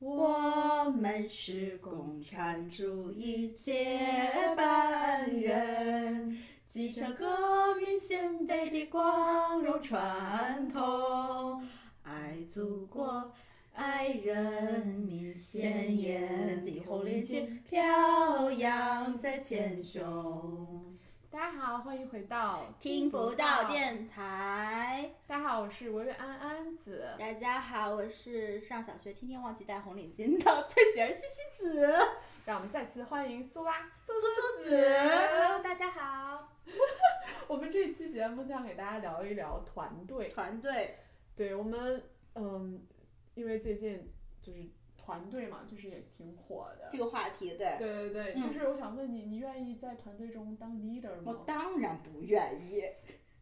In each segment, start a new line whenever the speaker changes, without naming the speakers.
我们是共产主义接班人，继承革命先辈的光荣传统，爱祖国。爱人民鲜艳的红领巾飘扬在前胸。
大家好，欢迎回到
听不到。电台，
大家好，我是维维安安子。
大家好，我是上小学天天忘记戴红领巾的翠喜儿西西子。
让我们再次欢迎苏拉苏
苏苏
子
子
Hello，大家好。
我们这期节目就想给大家聊一聊团队。
团队，
对我们，嗯，因为最近就是团队嘛，就是也挺火的。
这个话题，对
对对对，
嗯
就是我想问你，你愿意在团队中当 leader
我
吗？
当然不愿意，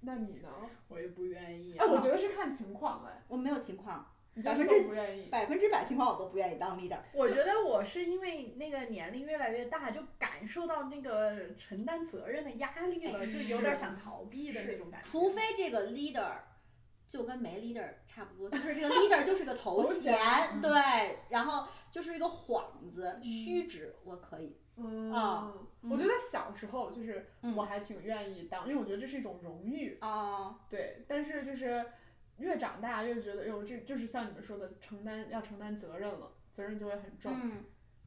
那你呢？
我也不愿意
哎，
啊。
我觉得是看情况哎，
我没有情况，
你
百
就
分
是
之
都不愿意。
百分之百情况我都不愿意当 leader。
我觉得我是因为那个年龄越来越大，就感受到那个承担责任的压力了，
哎
就是有点想逃避的
是
那种感觉。
除非这个 leader 就跟没 leader 差不多，就是这个 leader 就是个头衔，
嗯
对，然后就是一个幌子、虚职，我可以。
嗯，
啊
哦
我觉得
嗯
小时候就是
嗯
我还挺愿意当，因为我觉得这是一种荣誉。
哦，
对，但是就是越长大越觉得，哟，这就是像你们说的，承担要承担责任了，责任就会很重。
嗯，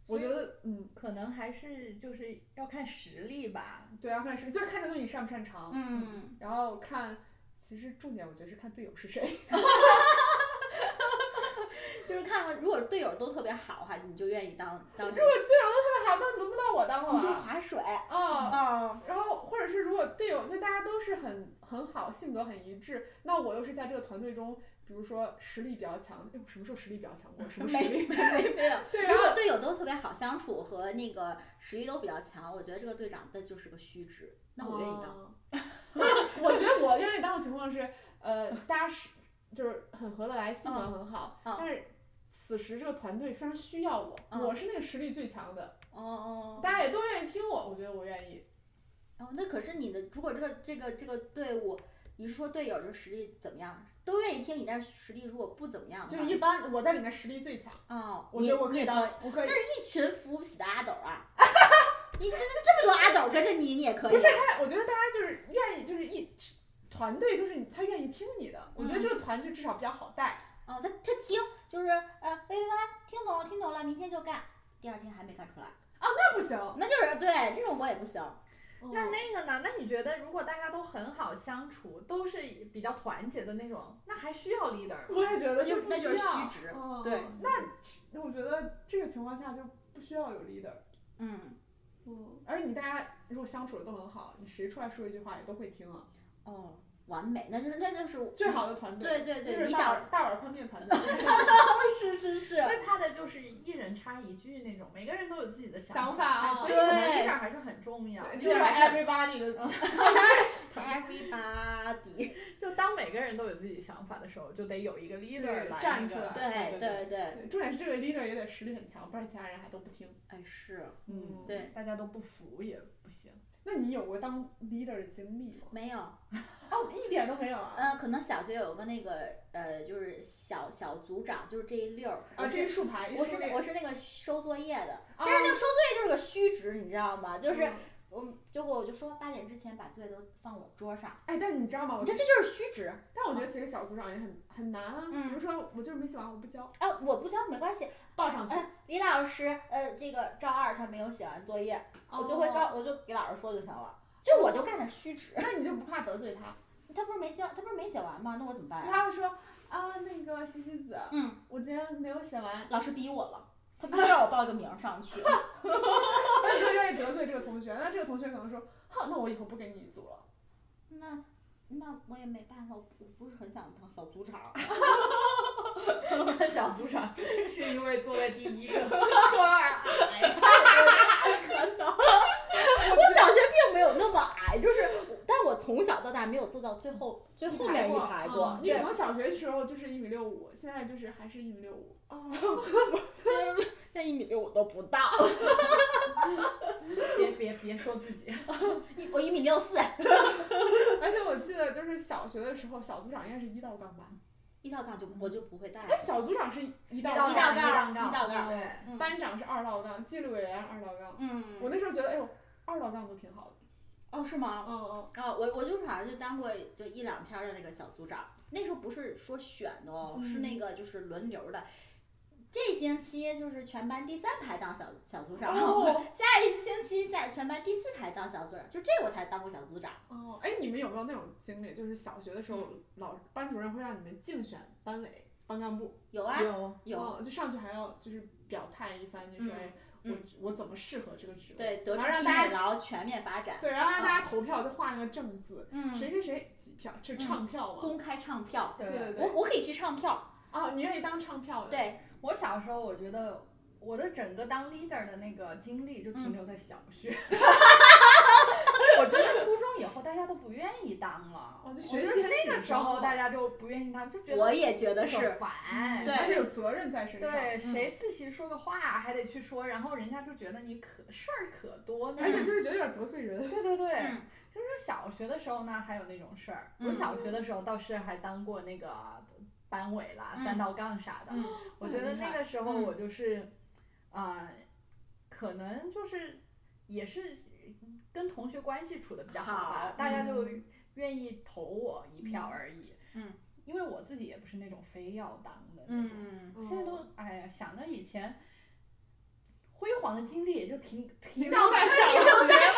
我觉得，嗯，
可能还是就是要看实力吧。
对啊，看是就是看这个东西擅不擅长，
嗯，
然后看，其实重点我觉得是看队友是 谁。
就是看看，如果队友都特别好哈，你就愿意当当
如
这
果队友
个。
都特别好，那轮不到我当了
你就
吧？
划水
啊。
啊，
然后，或者是如果队友就大家都是很很好，性格很一致，那我又是在这个团队中，比如说实力比较强，哎，我什么时候实力比较强过？什么实力？
没有。
对，然
如
后
果队友都特别好相处和那个实力都比较强，我觉得这个队长那就是个虚职，那我愿意当。
哦。我觉得我愿意当的情况是，呃，大家是就是很合得来，性格
嗯
很好，
嗯
但是此时这个团队非常需要我，
嗯
我是那个实力最强的，
哦哦
大家也都愿意听我，我觉得我愿意。
哦，那可是你的，如果这个这个这个队伍，你是说队友的实力怎么样，都愿意听你，但是实力如果不怎么样的
就
话，
一般我在里面实力最强，
哦，
我
嗯你
觉得我可以
你
当，我可以。
一群扶不起的阿斗啊， 你这这么多阿斗跟着你，你也可以，
不是他，我觉得大家就是愿意，就是一团队就是你他愿意听你的，我
嗯
觉得这个团队至少比较好带。
哦，他他听就是呃，喂喂喂，听懂了听懂了，明天就干，第二天还没干出来，
那不行，
那就是对这种我也不行，
哦
那那个呢？那你觉得如果大家都很好相处，都是比较团结的那种，那还需要 leader
我
吗？
也觉得
那就
不
那就是
需要
虚职
嗯
对
那我觉得这个情况下就不需要有 leader。
嗯，
嗯，而你大家如果相处的都很好，你谁出来说一句话也都会听啊。
哦，完美，那就是那就是
最好的团队，
对对
就
对，
是
理
大
想哦
碗大碗宽面团 队，
是是是
最怕的就是一人插一句那种，每个人都有自己的
想
法，
法
哎
啊
所以可能
对
leader 还是很重要。
这是
leader 还是
everybody 的。
，everybody。
就当每个人都有自己想法的时候，就得有一个 leader 来
站
那
出
个
来
对对对，
对重点是这个 leader 也得实力很强，不然其他人还都不听。
哎是，
嗯，
对，
大家都不服也不 行。
那你有过当 leader 的经历吗？
没有，
哦，一点都没有啊。
呃，可能小学有个那个呃，就是小小组长，就是这一溜儿。
啊，
我
这是
是
竖排，
我
一
是
竖列
我是那个收作业的，
啊
但是那个收作业就是个虚职，你知道吗？就是
嗯
我就我就说八点之前把作业都放我桌上，
哎，但你知道吗？我
你
觉
看
得，
这就是虚职。
但我觉得其实小组长也很很难啊。
嗯
比如说我就是没写完，我不交，
哎，我不教没关系，
报上去。
哎，李老师，呃，这个赵二他没有写完作业，我就会
哦。
告，我就给老师说就行了。就我就干点虚职，
那你就不怕得罪他？
他不是没交，他不是没写完吗？那我怎么办呀？
他会说啊，那个西西子，
嗯，
我今天没有写 完，
老师逼我了，他必须让我报个名儿上去。
那就愿意得罪这个同学。那这个同学可能说，好，那我以后不跟你一组了。
那那我也没办法，我不不是很想当小组长。
小组 长是因为坐在第一 个，坐二矮。
我小学并没有那么矮，就是，但我从小到大没有坐到最后最 后面一排过
啊。你
对
可能小学的时候就是一米六五，现在就是还是一米六 五。
啊，连一米六我都不到，
别别别说自己，
一我一米六四。
而且我记得就是小学的时候，小组长应该是一到杠八，
一道杠就我就不会带
哎，小组长是一道
道
杠
一杠
一
一
道
道
杠
杠
对，
嗯
班长是二道杠，纪律委员二道杠。
嗯，
我那时候觉得，哎呦，二道杠都挺好的。
哦是吗？
嗯嗯，
啊，我我就好像就当过就一两天儿的那个小组长，那时候不是说选的哦，是那个就是轮流的。这星期就是全班第三排当小小组长，
哦
下一星期下全班第四排当小组长，就这我才当过小组长。
哦，哎，你们有没有那种经历？就是小学的时候，老班主任会让你们竞选班委、班干部。
有啊，
有
有，
嗯就上去还要就是表态一番，就说
嗯
哎，我
嗯
我怎么适合这个职位？
对，德
然
智
后让
体
大家
美劳全面发展，
对，然后让大家投票，就画那个正字，
嗯，
谁谁谁几票，这唱票嘛。
公开唱票，
对对
我
对。
我可以去唱票，
哦，你愿意当唱票的？。
对，
我小时候我觉得我的整个当 leader 的那个经历就停留在小学。 我觉得初中以后大家都不愿意当了，
哦就
我
学
觉
习很
得那个
紧
时
张哦
候
了
大家就不愿意当，就觉
我
得
也觉得
可
是，
烦。
对
还是有责任在身上。
对，
嗯
谁自习说个话还得去说，然后人家就觉得你可事儿可多呢，
而且就是觉得有点得罪人。
对对对，
嗯
就是小学的时候呢，还有那种事儿。我
嗯
小学的时候倒是还当过那个班委啦、
嗯
三道杠啥的。
嗯
我觉得那个时候
嗯
我就是，呃，可能就是也是跟同学关系处的比较好吧，
好
大家就
嗯
愿意投我一票而已。
嗯，
因为我自己也不是那种非要当的那种。
嗯，
现在
哦
都哎呀，想着以前辉煌的经历也就停
你
停
都
到
在小学了。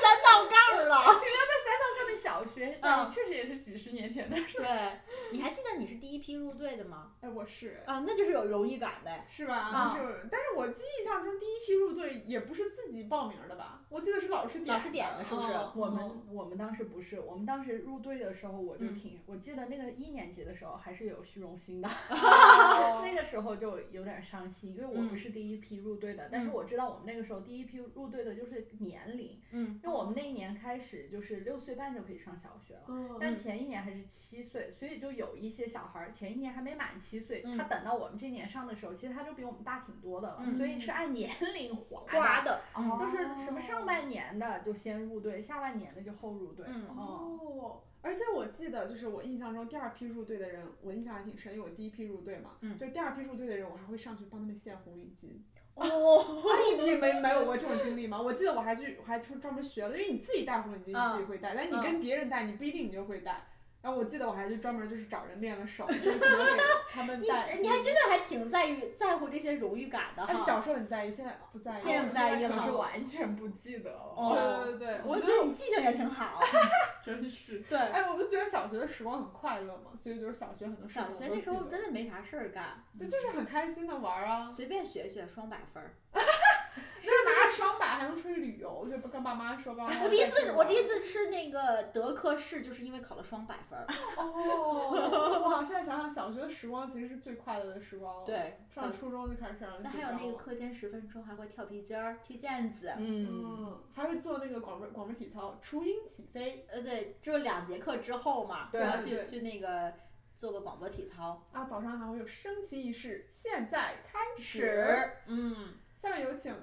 三道杠了，
上的小学，
嗯
确实也是几十年前的事。
对，你还记得你是第一批入队的吗？
哎，我是。
啊，那就是有荣誉感的，
是吧？
啊
是，但是我记忆印象中第一批入队也不是自己报名的吧？我记得是老师点的，
老师点的是不是
嗯
我们
嗯
我们当时不是，我们当时入队的时候，我就
嗯
挺，我记得那个一年级的时候还是有虚荣心的，
哦
那个时候就有点伤心，因为我
嗯
不是第一批入队的，但是
嗯
我知道我们那个时候第一批入队的就是年龄，
嗯，
因为我们那一年开始就是六岁半就可以上小学了。
嗯
但前一年还是七岁，所以就有一些小孩儿前一年还没满七岁，
嗯
他等到我们这年上的时候，其实他就比我们大挺多的了，
嗯
所以是按年龄划的
花的，
哦
哦
就是什么上半年的就先入队，下半年的就后入队。
嗯
哦，
哦，而且我记得，就是我印象中第二批入队的人，我印象还挺深，因为我第一批入队嘛，
嗯
就是第二批入队的人，我还会上去帮他们献红领 巾。
哦，
哎，你你没没有过这种经历吗？我记得我还去，我还专专门学了，因为你自己戴红领巾，
嗯
你自己会戴，但你跟别人戴，你不一定你就会戴。然后我记得我还去专门就是找人练了手，就是怎么给他们
你
戴。
你还真的还挺在于在乎这些荣誉感的
哎，
哈，
小时候很在意，现在不在意。
现在不在意
可
了
是完全不记得了。
哦
对对对，
我
我
觉
觉
得
得
你记性也挺 好，
真是。
对，
哎，我就觉得小学的时光很快乐嘛，所以就是小学很多事情
小
我
学
都
那
记
时候
得
真的没啥事儿干，
对，就是很开心的玩儿啊。
随便学学双百分儿。
就是拿着双百还能出去旅游，就不跟爸妈说爸妈。
哎我第一 次我第一次吃那个德克士，就是因为考了双百分儿。
哦，哇！现在想想小学的时光其实是最快乐的时光。，
对，
上初中就开始非常
那还有那个课间十分钟还会跳皮筋儿、踢毽子，
嗯，
嗯，还会做那个广播广播体操，雏鹰起飞
呃，对，就两节课之后嘛，
对
然后
对
去去那个做个广播体操。
啊，早上还会有升旗仪式，现在开始。
十，嗯，
下面有请。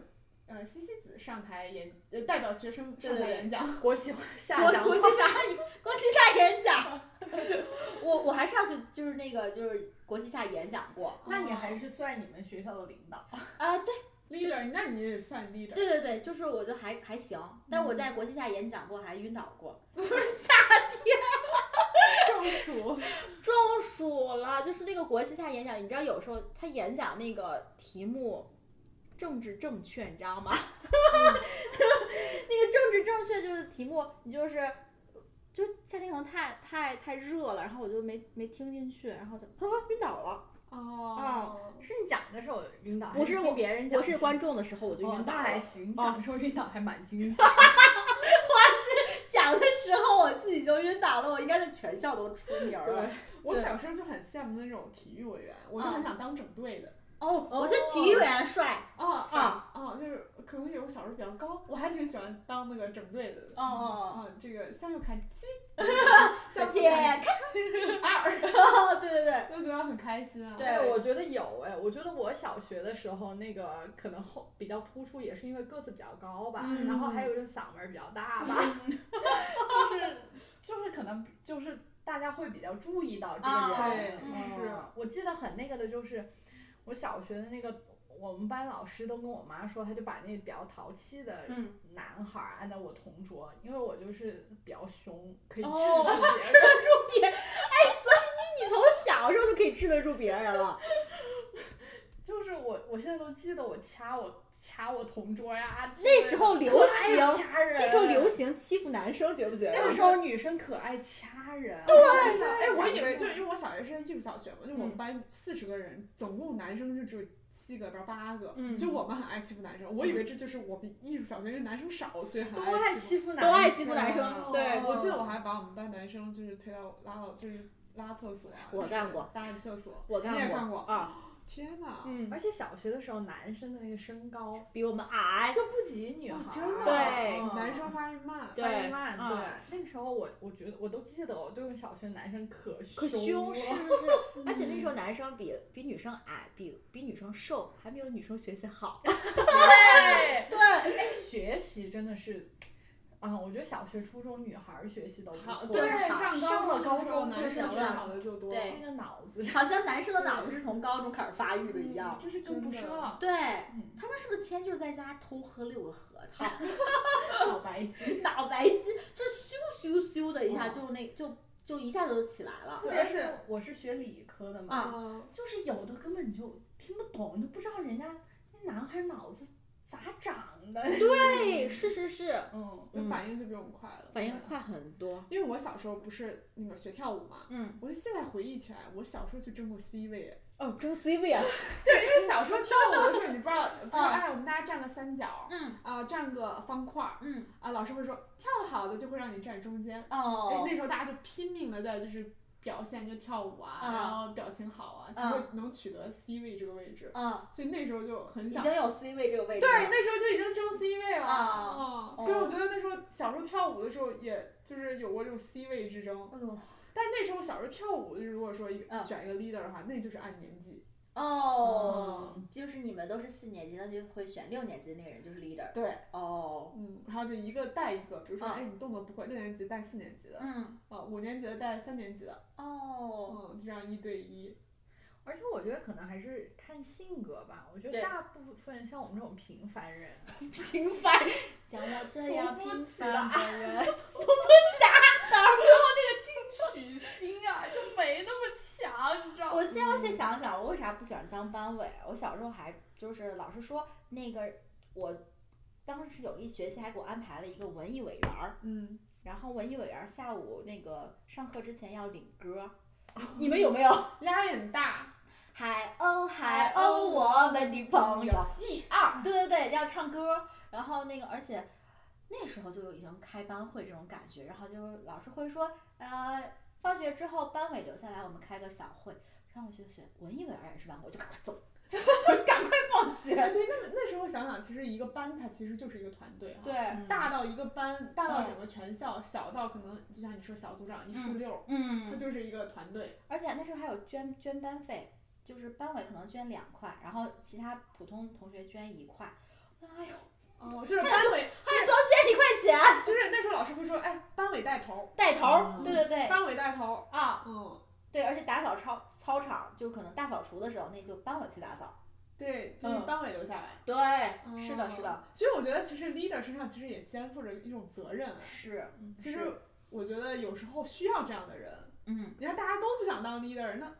呃，西西子上台演，呃，代表学生上
对
台
对
演讲。
我 喜欢下
嗯国
讲
国旗哦 下国旗下演讲， 我我还上去就是那个就是国旗下演讲过
那你还是算你们学校的领导。
啊，对
leader，那你也算 leader。
对对对，就是我就还还行，但
嗯
我在国旗下演讲过还晕倒过，
中暑。
中暑了，就是那个国旗下演讲，你知道有时候他演讲那个题目政治正确，你知道吗？ 那个政治正确就是题目，你就是就夏天可能太太太热了，然后我就没没听进去，然后就呵呵晕倒了。
哦。
是你讲的时候领导，
不是
还
我
听别人讲，
我是观众的时候我就
哦
晕倒
那
了，
还行，
哦
讲的时候晕倒还蛮精彩。
讲的时候我自己就晕倒了，我应该是全校都出名了
对。我
对
小时候就很羡慕那种体育委员，我就很想当整队的。
哦，我觉得体育委员帅。
哦
啊
哦，就是可能因为我小时候比较高，我还挺喜欢当那个整队的。
哦哦，
啊，这个向右看七，
小
向左
姐，
看
看，
二，
对对 对，
就觉得很开心啊。
对
哎，我觉得有哎，我觉得我小学的时候那个可能后比较突出，也是因为个子比较高吧，
嗯
然后还有就是嗓门儿比较大吧，就是就是可能就是大家会比较注意到这个人。
啊
对
嗯
是
我记得很那个的就是，我小学的那个我们班老师都跟我妈说，他就把那比较淘气的
嗯
男孩儿按在我同桌，因为我就是比较凶，可以制
哦
住别
制
人。
得住别人，哎，所以你从小时候就可以治得住别人了。
就是我我现在都记得我掐我掐我同桌呀，啊
那时候流行
可爱掐人，
那时候流行欺负男生，觉不觉得？
那个时候女生可爱掐人，
对
是不是
哎，我以
想
为
过
就是因为我小学是在艺术小学嘛，就我们
嗯
班四十个人，总共男生就只有七个，不是八个，
嗯
就我们很爱欺负男生。我以为这就是我们艺术小学就男生少，所以很
都爱
欺负。哦
欺负男
都爱欺负男
生啊哦
生，对
我记得我还把我们班男生就是推到拉到就是拉厕所啊，
我干过，
拉去厕所，
我干
你也
过
干过，
啊，
天哪！
嗯，
而且小学的时候，男生的那个身高
比我们矮，
就不及女孩儿，
真的
对
嗯
男生发育慢，
对
发育慢，
嗯
对，那个时候我我觉得我都记得，我对我们小学男生可
可
凶
凶，
了
嗯是是是，而且那时候男生比比女生矮，比比女生瘦，还没有女生学习好。
对对，哎，学习真的是。啊、我觉得小学、初中女孩儿学习都不
好，
错，
就是
好
上
上了高
中的时候男生
中真的
是
是
好的就多，
对
那个脑 子上
好像男生的脑子是从高中开始发育的一样。
就是跟不
真的
上，
对
嗯
他们是不是天天就是在家偷喝六个核桃，
脑白 金。
脑白金就咻咻咻的一下
嗯
就那就就一下子就起来了。
特
对
别
而
是
且
我是学理科的嘛，
啊
啊，
就是有的根本就听不懂，就不知道人家那男孩脑子咋长的。
对，是是是，
嗯，
就
嗯
反应就比我们快了，
反应快很多。
因为我小时候不是那个学跳舞嘛，
嗯，
我现在回忆起来，我小时候就争过 C 位，
哦，争 C 位啊。
就是因为小时候跳舞的时候，你不知 道，不知道，哎，我们大家站个三角，
嗯
啊、站个方块儿，
嗯，
啊，老师会说跳的好的就会让你站中间，哎，
哦
那时候大家就拼命的在就是表现就跳舞啊，
啊
然后表情好啊，才
啊
会能取得 C 位这个位置，
嗯，
所以那时候就很
已
想。
经有 C 位这个位置
对，
了。
那时候就已经争 C 位了
啊
嗯所以
哦
我觉得那时候小时候跳舞的时候，也就是有过这种 C 位之争。
哎呦，
但是那时候小时候跳舞，就是如果说一个
嗯
选一个 leader 的话，那就是按年级。
哦。
嗯
就是你们都是四年级，那就会选六年级的那个人就是 leader。
对，
哦，
嗯，然后就一个带一个，比如说，
嗯
哎，你动作不会，六年级带四年级的，
嗯，
啊，五年级的带三年级的，
哦，
嗯，这样一对一，
而且我觉得可能还是看性格吧。我觉得
对
大部分像我们这种平凡人，
平凡，像我这
样
样平凡的人，
那个进取心啊就没那么强，你知道
啊我现在
嗯
先想想，我为啥不喜欢当班委？我小时候还就是老师说那个我。当时有一学期还给我安排了一个文艺委员儿，
嗯，
然后文艺委员儿下午那个上课之前要领歌，你们有没有？
压力很大，
海鸥，海鸥，oh，我们的朋友，
一二，
对对对，要唱歌，然后那个，而且那时候就已经开班会这种感觉，然后就是老师会说，呃，放学之后班委留下来，我们开个小会。然后我就觉得文艺委员也是班委，我就赶快走，赶快放学。
哎，对，那那时候想想，其实一个班它其实就是一个团队哈，
对，，
大到一个班，大到
嗯
整个全校，小到可能就像你说小组长一
嗯
树六，它
嗯，
就是一个团队，
而且那时候还有捐捐班费，就是班委可能捐两块，然后其他普通同学捐一块。哎呦，
哦，就是班委，
还多捐一块钱，
就是那时候老师会说，哎，班委带头，
带头儿，
嗯
对对对，
班委带头，
啊，
嗯，
对，而且打扫操操场，就可能大扫除的时候，那就班委去打扫。
对，就是
嗯
班委留下来。
对，是的，是的，
哦。所以我觉得其实 leader 身上其实也肩负着一种责任啊。
是，
其
嗯是
实我觉得有时候需要这样的人。
嗯，
你看大家都不想当 leader，那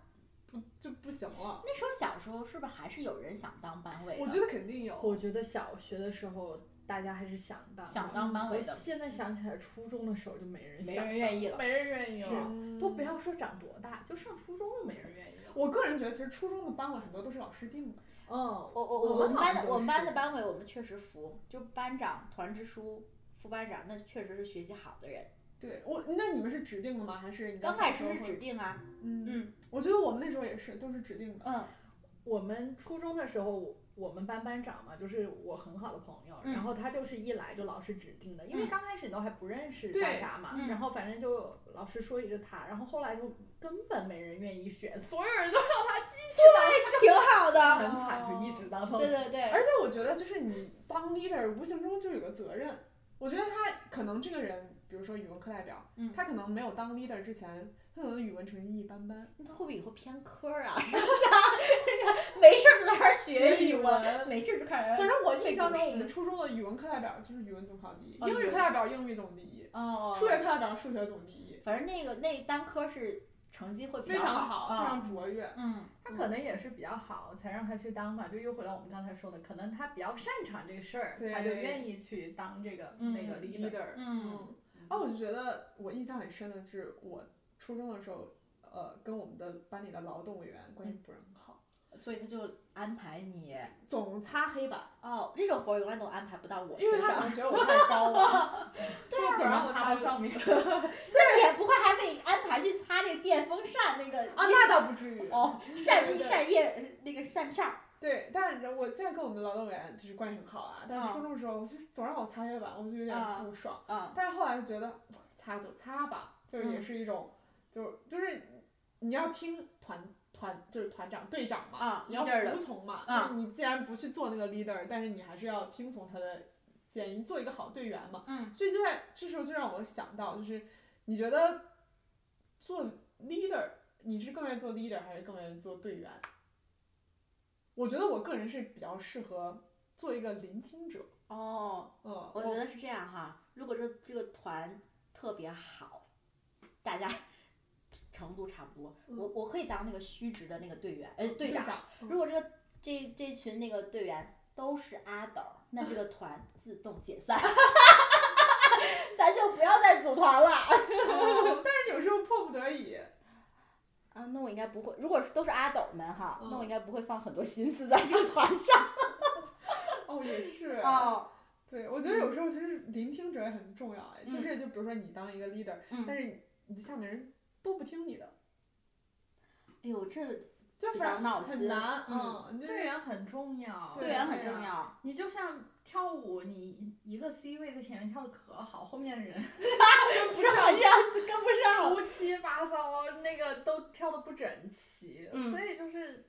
不就不行了？
那时候小时候是不是还是有人想当班委的？
我觉得肯定有。
我觉得小学的时候大家还是想当
想当班
我
委的
现在想起来，初中的时候就没人
没
想
人愿意了
没人愿意
是
了。
嗯
都不。要说长多大，就上初中就没人愿意了。
我个人觉得，其实初中的班委很多都是老师定的。
嗯，
我我
我
我们
们
班
好
的
像
我们班的
是
班委，我们确实服，就班长、团支书、副班长，那确实是学习好的人。
对我，那你们是指定的吗？还是你
刚
小
开
时
始
候
是
会
指？定啊，
嗯，
嗯
我觉得我们那时候也是，都是指定的。
嗯
我们初中的时候，我我们班班长嘛，就是我很好的朋友，
嗯
然后他就是一来就老师指定的，因为
嗯
刚开始你都还不认识
对
大家嘛，
嗯
然后反正就老师说一个他，然后后来就根本没人愿意选，所有人都让他进
挺好的。
很惨，就一直当后
哦对对对，
而且我觉得，就是你当 leader，无形中就有个责任。我觉得他可能这个人，比如说语文课代表，
嗯
他可能没有当 leader 之前，他可能语文成绩一般般，
那他会不会以后偏科儿啊？ 剩下没事儿就在那儿学
学
语
语
文，没事儿就看 人。
反正我
背
印象
古
中，我
诗
们初中的语文课代表就是语文总考第一，
哦
英语
语文
课代表英语总第一，
哦，
数学课代表数学总第一，
反正那个那单科是成绩会比
非
较
常
好，
好，非
啊
常卓越。
嗯
他可能也是比较好，才让他去当嘛。就又回到我们刚才说的，可能他比较擅长这个事儿，
对
他就愿意去当这个那个
嗯
leader。
leader，
嗯，
啊，我就觉得我印象很深的是，我初中的时候，呃，跟我们的班里的劳动委员关系不是很好，
嗯所以他就安排你
总擦黑板，
哦，这种活儿永远都安排不到 我
因为
身
他
上
可，能觉得我太高了，
对啊
怎么擦到上面？
那也不会还被安排去擦那个电风扇哦那个
啊，那倒不至于。
哦，扇
对对
一扇叶那个扇片儿，
对，但是我现在跟我们的劳动委员就是关系很好啊，但是初中的时候，我就总让我擦黑板，我就有
啊
点不爽。
嗯
但是后来就觉得擦就擦吧，就是也
嗯
是一种，就就是你要听团团就是团长队长嘛，
啊
你要
，leader 的
服从嘛。
啊
就是你既然不去做那个 leader，但是你还是要听从他的建议，做一个好队员嘛。
嗯
所以就在这时候就让我想到，就是你觉得做 leader，你是更愿意做 leader 还是更愿意做队员？我觉得我个人是比较适合做一个聆听者，
哦。
嗯，
我觉得是这样哈，如果这这个团特别好，大家程度差不多，我我可以当那个虚职的那个队员，呃，嗯队长。
长，嗯
如果这个这这群那个队员都是阿斗儿，那这个团自动解散， 咱就不要再组团了。
哦但是有时候迫不得已，
啊，那我应该不会，如果是都是阿斗儿们哈，那
嗯
我应该不会放很多心思在这个团上。
哦，也是，
哦，
对，我觉得有时候其实聆听者也很重要，哎，就
嗯
是就比如说你当一个 leader，
嗯
但是你下面人都不听你的，
哎呦，这队
就
比
反
较闹
而很
心
难，
嗯
嗯，你就
队员很重要，
对
员
员
很重
对啊。
要。
你就像跳舞，你一个 C 位在前面跳的可好，后面的人
不是好这样子，跟不上。
乌七八糟，那个都跳的不整齐，
嗯
所以就是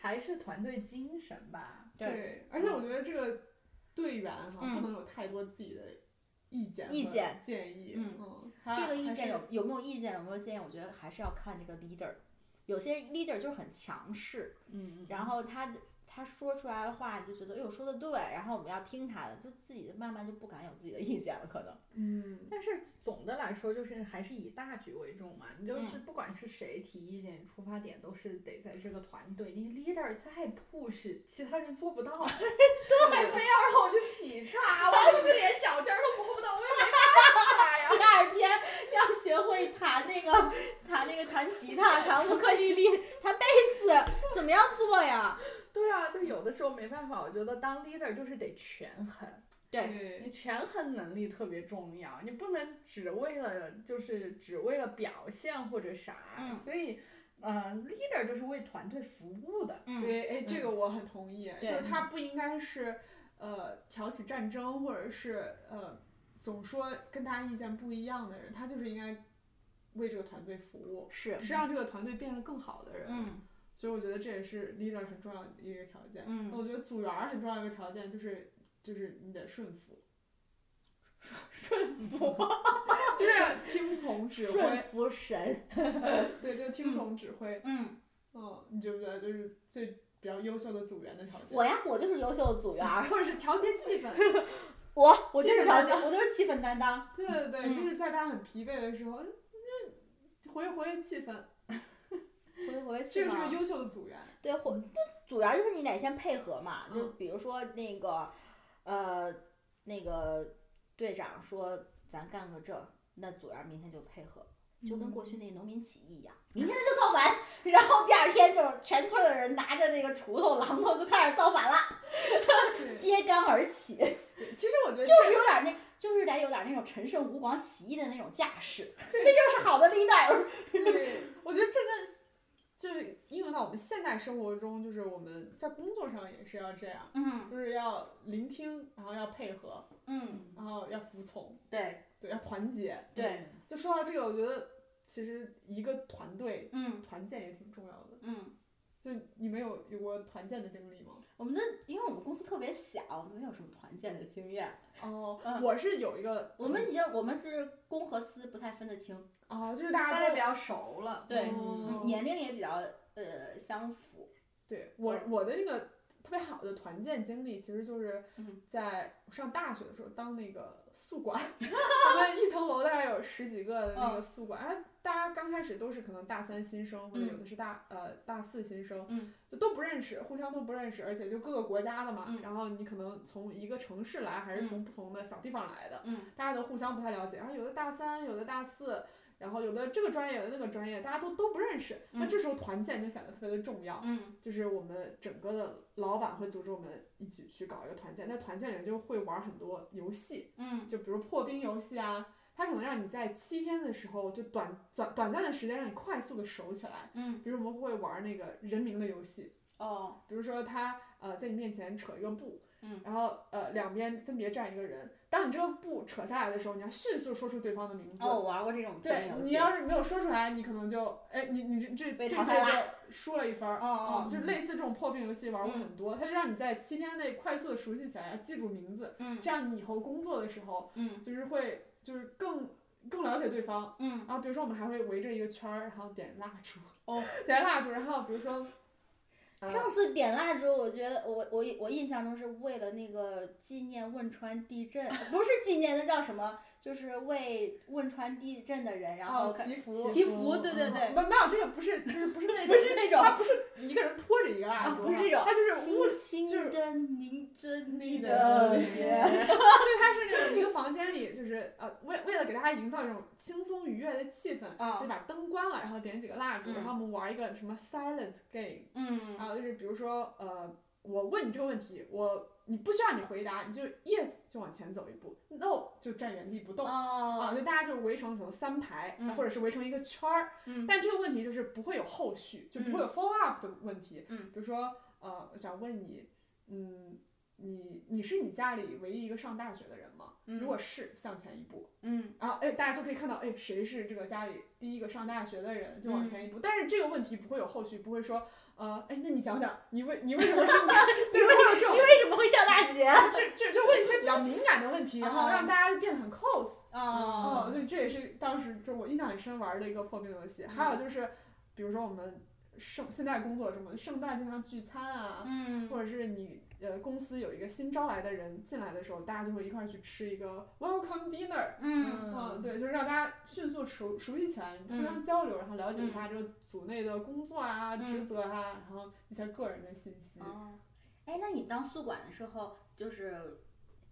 还是团队精神吧。
对，而且我觉得这个队员哈，
嗯
不能有太多自己的意见、
意见、
建议。
嗯
嗯，
这
还
个意
还
见
是
有有没有意见，有没有建议？我觉得还是要看这个 leader。有些 leader 就是很强势，
嗯
然后他的他说出来的话你就觉得，哎呦说的对，然后我们要听他的，就自己慢慢就不敢有自己的意见了，可能。
嗯，
但是总的来说，就是还是以大局为重嘛。你就是不管是谁提意见，出发点都是得在这个团队。你 leader 再 push，其他人做不到，对， 非要让我去劈叉，我就是连脚尖儿都摸不到，我也没办法呀。
第二天 要学会弹那个弹那个弹吉他，弹乌克丽丽，弹贝斯，怎么样做呀？
对啊，就有的时候没办法，我觉得当 leader 就是得权衡，
对，
对
你权衡能力特别重要，你不能只为了就是只为了表现或者啥，
嗯
所以。呃，leader 就是为团队服务的，
嗯
对，哎，这个我很同意，就
对
是他不应该是呃挑起战争，或者是呃总说跟他意见不一样的人，他就是应该为这个团队服务，
是，
是让这个团队变得更好的人。
嗯
所以我觉得这也是 leader 很重要的一个条件。
嗯
我觉得组员儿很重要的一个条件就是就是你得顺服，
顺服
就是听从指
嗯顺
挥，
服神，
对，就听从指挥。
嗯。
嗯，你觉不觉得就是最比较优秀的组员的条件？
我呀，我就是优秀的组 员儿，
或者是调节气氛，
我我就是
气氛
调
担
节，我就是气氛 担当。
对对对，
嗯
就是在大家很疲惫的时候，嗯那活跃活跃气氛，
回回气
这个是个
氛，啊
优秀的 组员。
对，或那组员儿就是你得先配合嘛，就
嗯
比如说那个，呃，那个队长说咱干个这，那组员儿明天就配合，就跟
嗯
过去那农民起义一样，明天就造反，然后第二天就全村的人拿着那个锄头、榔头就开始造反了，
对，
揭竿而起，就
对其实我觉得
是有点那，就是得有点那种陈胜吴广起义的那种架势， 那就是好的 leader。
这 对，我觉得这跟就是应用到我们现代生活中，就是我们在工作上也是要这样，
嗯
就是要聆听，然后要配合，
嗯，
然后要服从，
对
对，要团结。
对，
就说到这个，我觉得其实一个团队
嗯
团建也挺重要的。
嗯，
就你们有有过团建的经历吗？
我们的，因为我们公司特别小，我们没有什么团建的经验。
哦
嗯，
我是有一个，
我们已经，我们是公和私不太分得清，
哦，就是
大
大
家
家
都
都
比较熟了，
对
哦
嗯年龄也比较呃相符。
对我
嗯
我的那个特别好的团建经历，其实就是
嗯
在上大学的时候当那个宿管， 我们一层楼大概有十几个的那
嗯
个宿管，哎，大家刚开始都是可能大三新生，或者有的是大、呃大四新生，
嗯
就都不认识，互相都不认识，而且就各个国家的嘛，
嗯
然后你可能从一个城市来，还是从不同的小地方来的，
嗯
大家都互相不太了解，然后有的大三，有的大四。然后有的这个专业，有的那个专业，大家都都不认识，那
嗯
这时候团建就显得特别的重要。
嗯
就是我们整个的老板会组织我们一起去搞一个团建，那团建里面就会玩很多游戏，
嗯
就比如破冰游戏啊，它可能让你在七天的时候就短短短暂的时间让你快速的熟起来。
嗯，
比如我们会玩那个人名的游戏，
哦，
比如说他呃在你面前扯一个布，
嗯
然后呃两边分别站一个人，当你这个布扯下来的时候，你要迅速说出对方的名字。
哦，我玩过这种团
对
建游
你
戏。
要是没有说出来，你可能就哎你你这这
被
这
淘汰
回就输了一分儿。
哦
哦，
哦，
就类似这种破冰游戏玩过
嗯
很多，它就让你在七天内快速的熟悉起来，记住名字，
嗯
这样你以后工作的时候
嗯
就是会就是更更了解对方。
嗯，
然后比如说我们还会围着一个圈儿，然后点蜡烛，
哦，
点蜡烛，然后比如说，呃
上次点蜡烛，我觉得我我我印象中是为了那个纪念汶川地震，不是纪念，那叫什么？就是为汶川地震的人，然后
哦
可
祈福，嗯
祈福对对对
不没有这个不是就是不是 那种，
不是那种
他不是一个人拖着一个蜡
啊
烛，
不是这种，
他就是屋里
轻
就是嗯
轻的凝着你
的
的脸，
对，它是那种一个房间里，就是呃，为为了给大家营造一种轻松愉悦的气氛，
啊
就把灯关了，然后点几个蜡烛，
嗯
然后我们玩一个什么 silent game，
嗯
然后就是比如说呃，我问你这个问题，我你不需要你回答，你就 yes 就往前走一步，no 就站原地不动。啊，
哦，
就大家就围成可能三排，啊
嗯
或者是围成一个圈儿，
嗯
但这个问题就是不会有后续，就不会有 follow up 的问题。
嗯
比如说，呃，我想问你，嗯，你你是你家里唯一一个上大学的人吗？如果是，向前一步。
嗯
然后，哎，大家就可以看到，哎，谁是这个家里第一个上大学的人，就往
嗯
前一步。但是这个问题不会有后续，不会说，呃，哎，那你讲讲，你为你为什么是你家？ 对，不会有这种
你，为什么会上大学？
这这就问一些比较敏感的问题，然后
啊
让大家变得很 close。
哦
哦，对，这也是当时就我印象很深玩的一个破冰游戏。
嗯
还有就是，比如说我们圣现在工作中，圣诞经常聚餐啊，
嗯
或者是你呃公司有一个新招来的人进来的时候，大家就会一块儿去吃一个 welcome dinner。
嗯
嗯，，对，就是让大家迅速熟熟悉起来，互相交流，然后了解一下这个组内的工作啊、
嗯
职责啊，然后一些个人的信息。
哦，哎，那你当宿管的时候，就是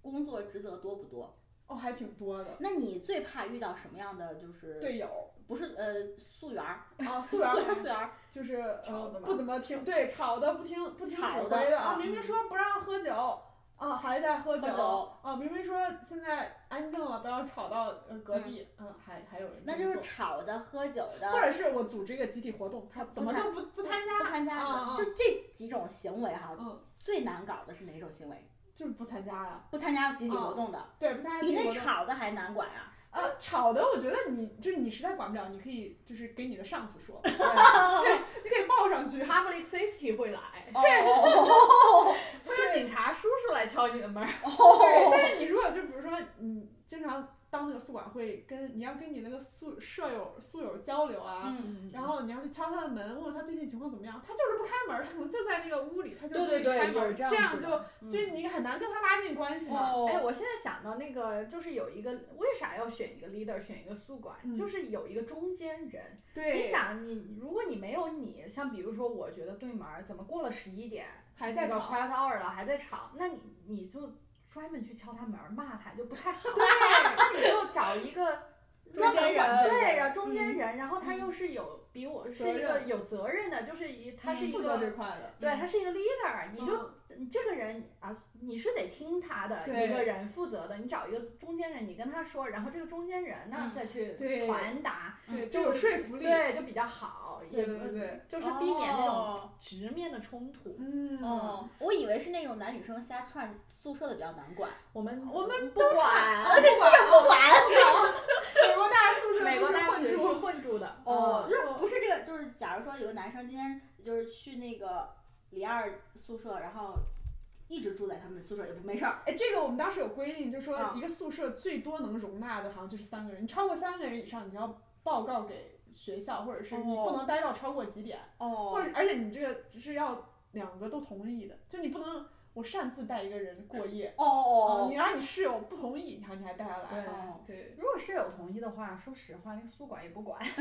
工作职责多不多？
哦，还挺多的。
那你最怕遇到什么样的？就是
队友
不是呃宿员儿，
啊，
宿
素媛
员儿宿员儿，
就是
吵的
呃
嘛
不怎么听，对，吵的不听不听指
吵
挥
的
的
啊
啊，明明说不让喝酒，啊还在喝
喝酒
啊，明明说现在安静了，不要吵到呃隔壁，嗯，还还有人
那
这
就
么
是
做
吵的、喝酒
嗯或
的，
者是我组织一个集体活动，他
不
怎么
参
都不不参
不
加，
参加
啊啊
的，就这几种行为哈，
嗯，
最难搞的是哪种行为？
就是不参加呀，
不参加集体活
啊
动的，
对，不参加集
比
体活
那
动。
吵的还难管啊！
呃，吵的，我觉得你就是你实在管不了，你可以就是给你的上司说，你可以报上去。
Public safety 会来，
哦，
会有警察叔叔来敲你的门儿。
对，但是你如果就比如说你经常当那个宿管会跟你要跟你那个宿舍友宿友交流啊。
嗯，
然后你要去敲他的门，问问他最近情况怎么样，他就是不开门儿，他可能就在那个屋里，他就
对
不
对
给
对
开门儿，
有这
这
样
样
子
就
的嗯
就你很难跟他拉近关系嘛。
哦，
哎，我现在想到那个，就是有一个为啥要选一个 leader，选一个宿管，
嗯
就是有一个中间人。
对，
你想你，如果你没有你，像比如说，我觉得对门儿怎么过了十一点，
还在
那个
吵，
quiet hour 了，还在吵，那你你就专门去敲他门儿骂他就不太好。那你就找一个专门管
中间人
对，然后中间人，然后他又是有比我是一
责嗯
个有责任的，就是一他是一
负责这
个。
块的，
对，他是一个 leader，你就
嗯
你这个人啊，你是得听他的
对
一个人负责的，你找一个中间人，你跟他说，然后这个中间人呢
嗯
再去
对
传达，
对，
就
就有说服力，
对，就比较好，
对
也
对对对，
哦就是避免那种
哦
直面的冲突。
嗯，
哦，我以为是那种男女生瞎串宿舍的比较 难管，
我们
我们
哦不管，啊
这个不管，
美国大学宿舍
美国大学
混住
是
混住的，嗯
哦
哦，就是不是这个，就是假如说有个男生今天就是去那个李二宿舍，然后一直住在他们的宿舍也不没事儿。
哎，这个我们当时有规定，就说
啊
一个宿舍最多能容纳的好像就是三个人，你超过三个人以上，你就要报告给学校，或者是你
哦
不能待到超过几点，
哦
或者而且你这个是要两个都同意的，就你不能我擅自带一个人过夜，
哦
啊
哦
你让你室友不同意，然后你还带他来，
哦，
对，
如果室友同意的话，说实话，那个宿管也 不管，因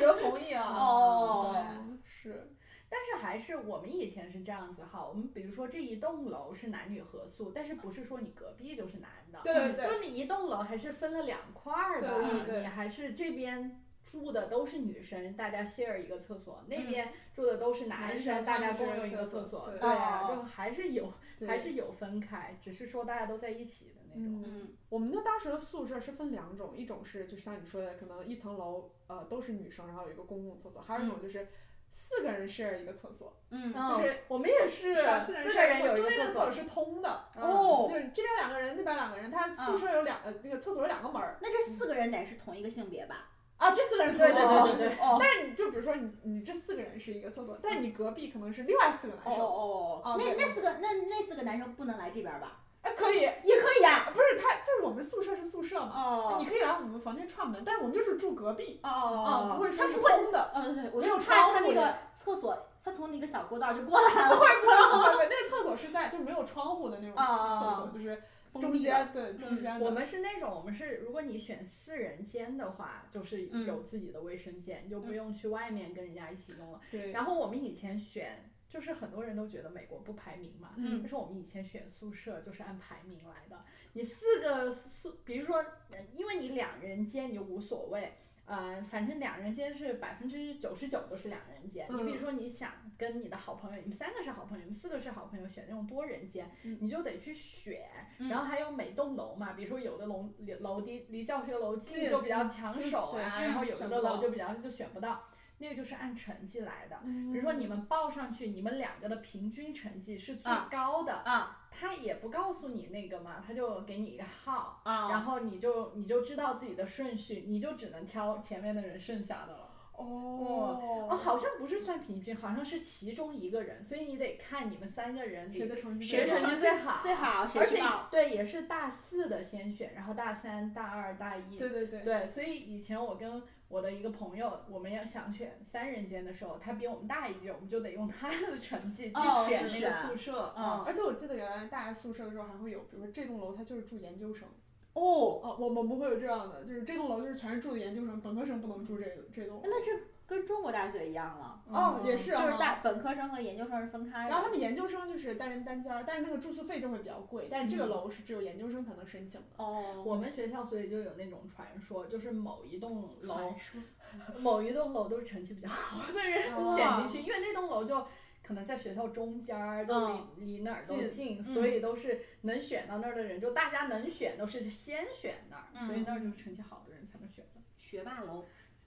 为你都同意啊。
哦
对。
嗯是，
但是还是我们以前是这样子哈，我们比如说这一栋楼是男女合宿，但是不是说你隔壁就是男的，
对对对
嗯
就是你一栋楼还是分了两块儿的，
对对对
你还是这边。住的都是女生，大家 share 一个厕所；那边住的都是
男
生，
生
大家
他们
共
share
用一
一
个
个
厕
厕
所
所。
对啊，
对
就还是有，
对
还是有分开，只是说大家都在一起的那种。
嗯。
嗯
我们的当时的宿舍是分两种，一种是就像你说的，可能一层楼呃都是女生，然后有一个公共厕所，还有一种就是四个人 share 一个厕所，
嗯，
嗯
就是
我们也是啊
四
四个人有一
中
个
间的厕
厕所
所，是通的，
哦
就是这边两个人，那边两个人，
嗯
他宿舍有两个、呃那个厕所有两个门儿
那这四个人得是同一个性别吧？
啊，这四个人通
对对
的
对对对。嗯
哦
但是你就比如说你你这四个人是一个厕所，但是你隔壁可能是另外四个男
哦
生，
哦
哦
哦，那
对
那四个那那四个男生不能来这边吧？
哎、可以，
也可以呀。
不是他就是我们宿舍是宿舍嘛，
哦
你可以来我们房间串门，但是我们就是住隔壁
哦
啊，不
哦，
会说
他
是
不会
通的。
哦对，我
没有
就
窗
看他
户
那
的
个厕所，他从那个小过道就过来了，
不不不，那个厕所是在就没有窗户的那种
啊啊啊
厕所，就是
封
中
闭了
间对中间的。
嗯我们是那种，我们是如果你选四人间的话，就是
嗯
有自己的卫生间，你就不用去外面跟人家一起用了。
对，
然后我们以前选，就是很多人都觉得美国不排名嘛，
嗯
但是我们以前选宿舍就是按排名来的。你四个宿，比如说，呃因为你两人间你就无所谓。呃，反正两人间是百分之九十九都是两人间。你比如
嗯
说，你想跟你的好朋友，你们三个是好朋友，你们四个是好朋友，选那种多人间，
嗯
你就得去选。
嗯
然后还有每栋楼嘛，比如说有的楼楼离离教学楼近
近
就比较抢手
对
啊，然后有
选
的
不到
楼就比较就选不到，那个就是按成绩来的。
比
比如说你们报上去，你们两个的平均成绩是最
啊
高的，
啊
他也不告诉你那个嘛，他就给你一个号，
啊
然后你就你就知道自己的顺序，你就只能挑前面的人剩下的了。哦，
哦，
好像不是算平均，好像是其中一个人，所以你得看你们三个人
谁
里
的成绩
谁
最
成
好
绩最好，
最好谁
而
去
且
报
对，也是大四的先选，然后大三、大二、大一，
对对对，
对，所以以前我跟我的一个朋友，我们要想选三人间的时候，他比我们大一届，我们就得用他的成绩去
哦
选
是
那个
是
宿舍。
嗯
而且我记得原来大学宿舍的时候还会有，比如说这栋楼它就是住研究生，
哦，
哦，我我们会有这样的，就是这栋楼就是全是住的研究生，本科生不能住这这栋楼。
那这跟中国大学一样了，
哦，也是
就
啊，
是大本科生和研究生是分开
然后他
的。
们研究生就是单人单间儿，但是那个住宿费就会比较贵，但是这个
嗯
楼是只有研究生才能申请的。
哦，
我们学校所以就有那种传说，就是某一栋楼
传，说
某一栋楼都是成绩比较好的人
哦
选进去，因为那栋楼就可能在学校中间儿，就离、
嗯
离哪儿都
近
近，
嗯
所以都是能选到那儿的人，就大家能选都是先选那儿，所以那儿就成绩好的人才能选。
学霸楼。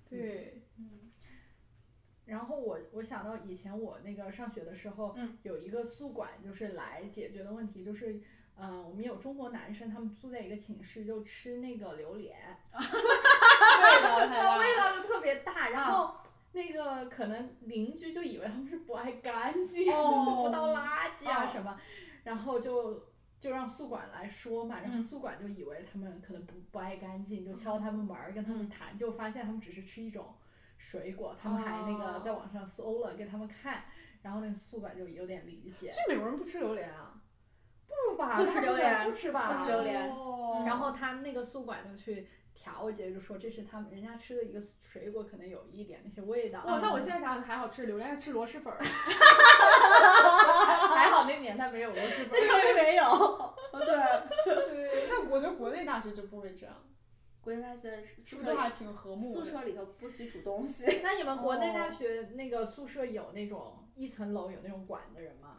对，
然后我我想到以前我那个上学的时候，
嗯
有一个宿管就是来解决的问题，就是，嗯、我们有中国男生，他们住在一个寝室就吃那个榴莲，
对的，
那味
啊
道就特别大，然后那个可能邻居就以为他们是不爱干净，
哦
不倒垃圾啊
哦
什么，然后就。就让宿管来说嘛，然
嗯
后
哦
宿管就以为他们可能不不爱干净，就敲他们门儿跟他们
嗯
谈，就发现他们只是吃一种水果，他们还那个
哦
在网上搜了给他们看，然后那个宿管就有点理解，
所以美国人不吃榴莲啊。
不吧，
不吃
他们
榴莲
不吃吧，
不吃榴莲
哦
然后他们那个宿管就去调节，就说这是他们人家吃的一个水果，可能有一点那些味道。嗯
哇，那我现在想想还好吃，榴莲是吃螺蛳粉儿。
还好那年代没有螺蛳粉
那。上面没有。对，
对，那我觉得国内大学就不会这样，
国际大学
是
宿
不是都
舍
还挺和睦
宿
的？
舍里头不许煮东西。
那你们国内
哦
大学那个宿舍有那种一层楼有那种管的人吗？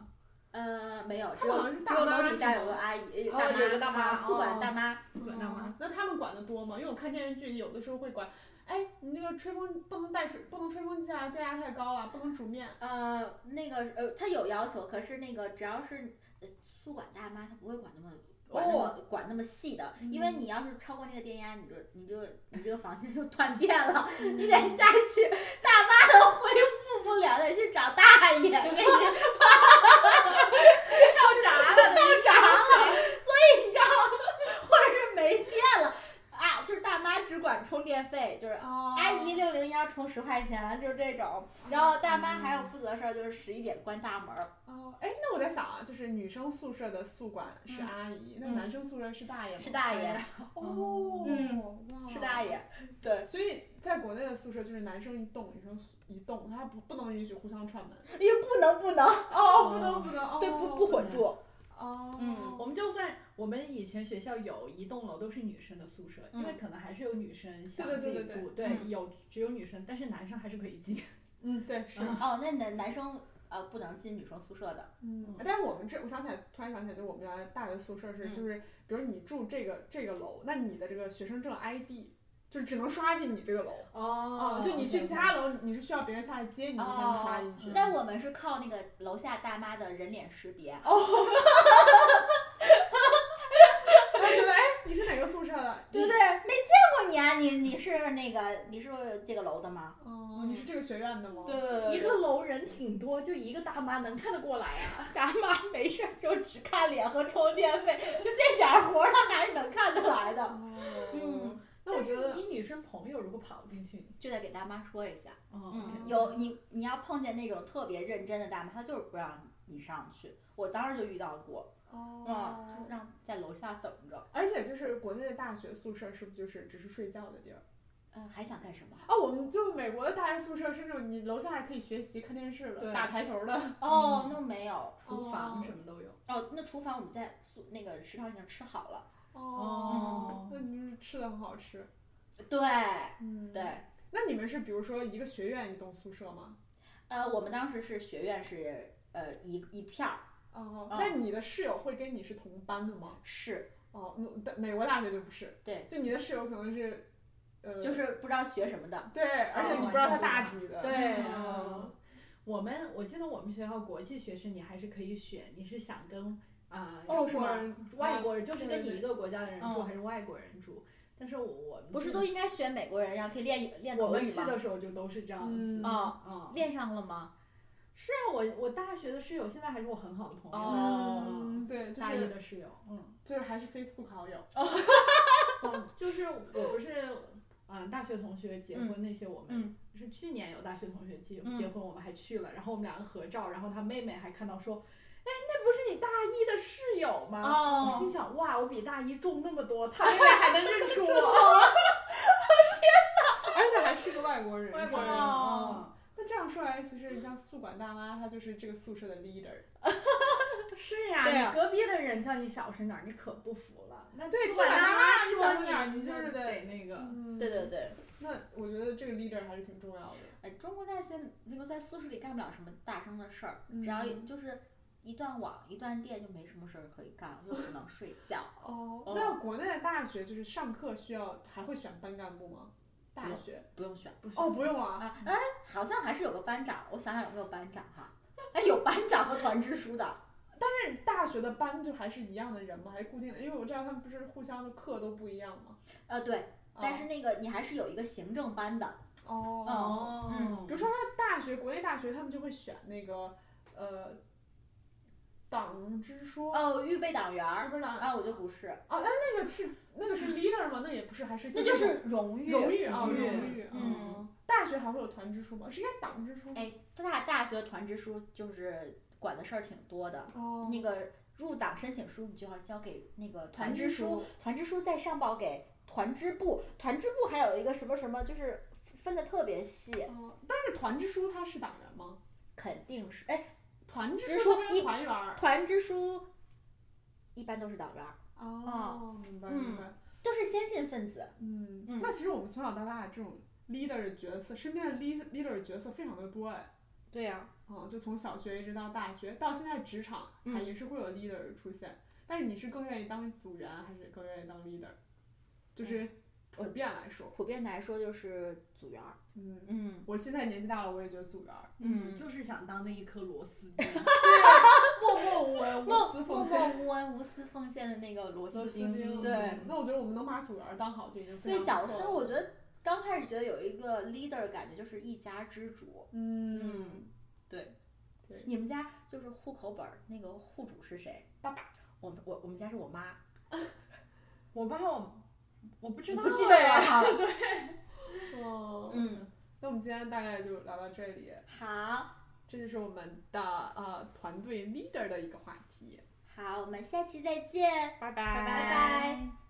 嗯，没有，
他
只
们好
有
像
只有楼
是大妈
底下
是吗
有个阿姨，
哦有个大
妈，
妈
啊宿
哦
管大妈。
宿
管大妈，嗯那他们管的多吗？因为我看电视剧，有的时候会管，哎，你那个吹风不能带吹，不能吹风机啊，电压太高了，不能煮面。
嗯
呃，那个呃，他有要求，可是那个只要是呃宿管大妈，她不会管那么
管那么、
哦
管那么细的，
嗯
因为你要是超过那个电压，你就你就你这个房间就 断电了，你
嗯
得下去大妈都恢复不了，得去找大爷给你
跳闸了，跳
闸了， 所以你知道，或者是没电了啊，就是大妈只管充电费，就是
哦
阿姨六零幺充十块钱，就是这种。然后大妈还有负责的事儿就是十一点关大门儿，
哦，哎，那我在想啊，就是女生宿舍的宿管是
嗯
阿姨，那
嗯
男生宿舍是大爷吗？
是大爷，
哦，
嗯
哇
是大爷。哎对，
所以在国内的宿舍就是男生一栋，女生一栋，他不不能允许互相串门。
因为不能不能，
哦，不能不能，哦
对不不混住，
哦，
嗯
我们就算我们以前学校有一栋楼都是女生的宿舍，因为可能还是有女生想
嗯对
自
对
己
对对
住，
对嗯
有只有女生，但是男生还是可以进。
嗯，对是，
哦，那男男生呃不能进女生宿舍的，
嗯，但是我们这，我想起来，突然想起来，就是我们原来大学宿舍是，
嗯
就是比如你住这个这个楼，那你的这个学生证 ID 就只能刷进你这个楼。
哦
嗯，就你去其他楼，你是需要别人下来接你，你才能刷进去。
但我们是靠哦那个楼下大妈的人脸识别，
我就觉得，哎，你是哪个宿舍的？
对不对？没见过你啊，你你是那个你是这个楼的吗？
哦，你是这个学院的吗？哦
对
一个楼人挺多，就一个大妈能看得过来啊。
大妈没事儿就只看脸和充电费，就这点儿活儿，她还是能看得来的。
哦，
嗯，
那我
但是
觉得
你女生朋友如果跑进去，
就得给大妈说一下。
哦，
嗯，
OK
有你你要碰见那种特别认真的大妈，她就是不让你上去。我当时就遇到过，
哦
嗯，让在楼下等着。
而且就是国内的大学宿舍是不是就是只是睡觉的地儿？
嗯，还想干什么？
啊，我们就美国的大学宿舍是那种你楼下还可以学习、看电视的、
对
打排球 的。
哦，那没有。
厨
哦
房什么都有。
哦，那厨房我们在宿那个食堂已经吃好了。
哦
那你就是吃的很好吃。
对
嗯
对。，
那你们是比如说一个学院一栋宿舍吗？
呃，我们当时是学院是呃一一片儿
哦
啊
那你的室友会跟你是同班的吗？
是，
哦，那但美国大学就不是。
对。
就你的室友可能是，呃，
就是不知道学什么的。
对，而且你不知道他大几的。
哦对哦
嗯
我们我记得我们学校国际学士，你还是可以选，你是想跟啊、
哦
中
是
国
吗
人、外国人，就是
对
跟你
对
一个国家的人住，
嗯
还是外国人住？但是我我们
不是
去
都应该选美国人，然后可以练练
我
口
们
语
去
吗？
的时候就都是这样子
嗯
哦，
嗯
练上了吗？
是啊，我我大学的室友现在还是我很好的朋友，
哦
嗯，对，就
大一
是
的室友，嗯，
就是还是 Facebook 好友。
嗯就是我不是，嗯、大学同学结婚那些，我们、
嗯
是去年有大学同学结
嗯
结婚，我们还去了，然后我们两个合照，然后他妹妹还看到说，哎，那不是你大一的室友吗？我
哦，
心想，哇，我比大一重那么多，他妹妹还能认出我，
而且还是个外国人，
外国人，
是吧
嗯
哦，
那这样说来，其实你像宿管大妈，她就是这个宿舍的 leader。
是
对
呀，
呀
你隔壁的人叫你小声点儿，你可不服了。那
对
不
起码
管
大妈你
说
小声点儿
你
你就是
得
得
那个，
嗯
对对。对。
那我觉得这个 leader 还是挺重要的。
哎，中国大学比如在宿舍里干不了什么大声的事儿，只要
嗯
就是一断网一断电就没什么事儿可以干，就只能睡觉。
哦
嗯
那国内的大学就是上课需要还会选班干部吗？大学
不用选
不是
哦，不用啊。
啊，哎，好像还是有个班长，我想想有没有班长哈？哎，有班长和团支书的。
但是大学的班就还是一样的人吗？还是固定的？因为我知道他们不是互相的课都不一样吗？
呃，对，
啊
但是那个你还是有一个行政班的。
哦
哦嗯
比如说大学，国内大学他们就会选那个呃党支书，
哦，预备党员
啊
儿。
不是党
啊，我就不是，
哦那个是那个是 leader 吗？那也不是，还是
那就是荣誉。
荣誉啊，
荣
荣
誉
誉。
嗯
嗯，大学还会有团支书吗？是应该党支书吗？
哎，大大学团支书就是管的事儿挺多的。
哦
那个入党申请书你就要交给那个团
团
支
支
书，
书
团支书再上报给团支部，团支部还有一个什么什么，就是分的特别细，
哦，但是团支书他是党员吗？
肯定是哎，
团
支
支
书
书他
一
是团员儿。
团支书一般都是党员儿，
哦，明白
嗯
明白。
都是先进分子。
嗯
嗯
那其实我们从小到大这种 leader 的角色，身边的 lead- leader 的角色非常的多哎。
对呀、
嗯，就从小学一直到大学，到现在职场
嗯
还也是会有 leader 出现。但是你是更愿意当组员，还是更愿意当 leader？就是
嗯
普遍来说，
普遍来说就是组员儿。
嗯，
嗯，
我现在年纪大了，我也觉得组员儿。
嗯
嗯，就是想当那一颗螺丝钉，默默无闻，
默
无私
默
奉献。
默无闻，般无私奉献的那个螺丝钉，
钉
对。
嗯
那我觉得我们能把组员当好就已经非
对，
常
小
不错
时
了
候我觉得刚开始觉得有一个 leader 感觉就是一家之主。
嗯，，
对，
对
你们家就是户口本儿那个户主是谁？
爸爸，
我们我我们家是我妈，
我爸我我不知道
不记得
哎。
了。
哦，
嗯，
那我们今天大概就聊到这里，
好，
这就是我们的呃团队 leader 的一个话题。
好，我们下期再见。
拜拜
拜
拜
拜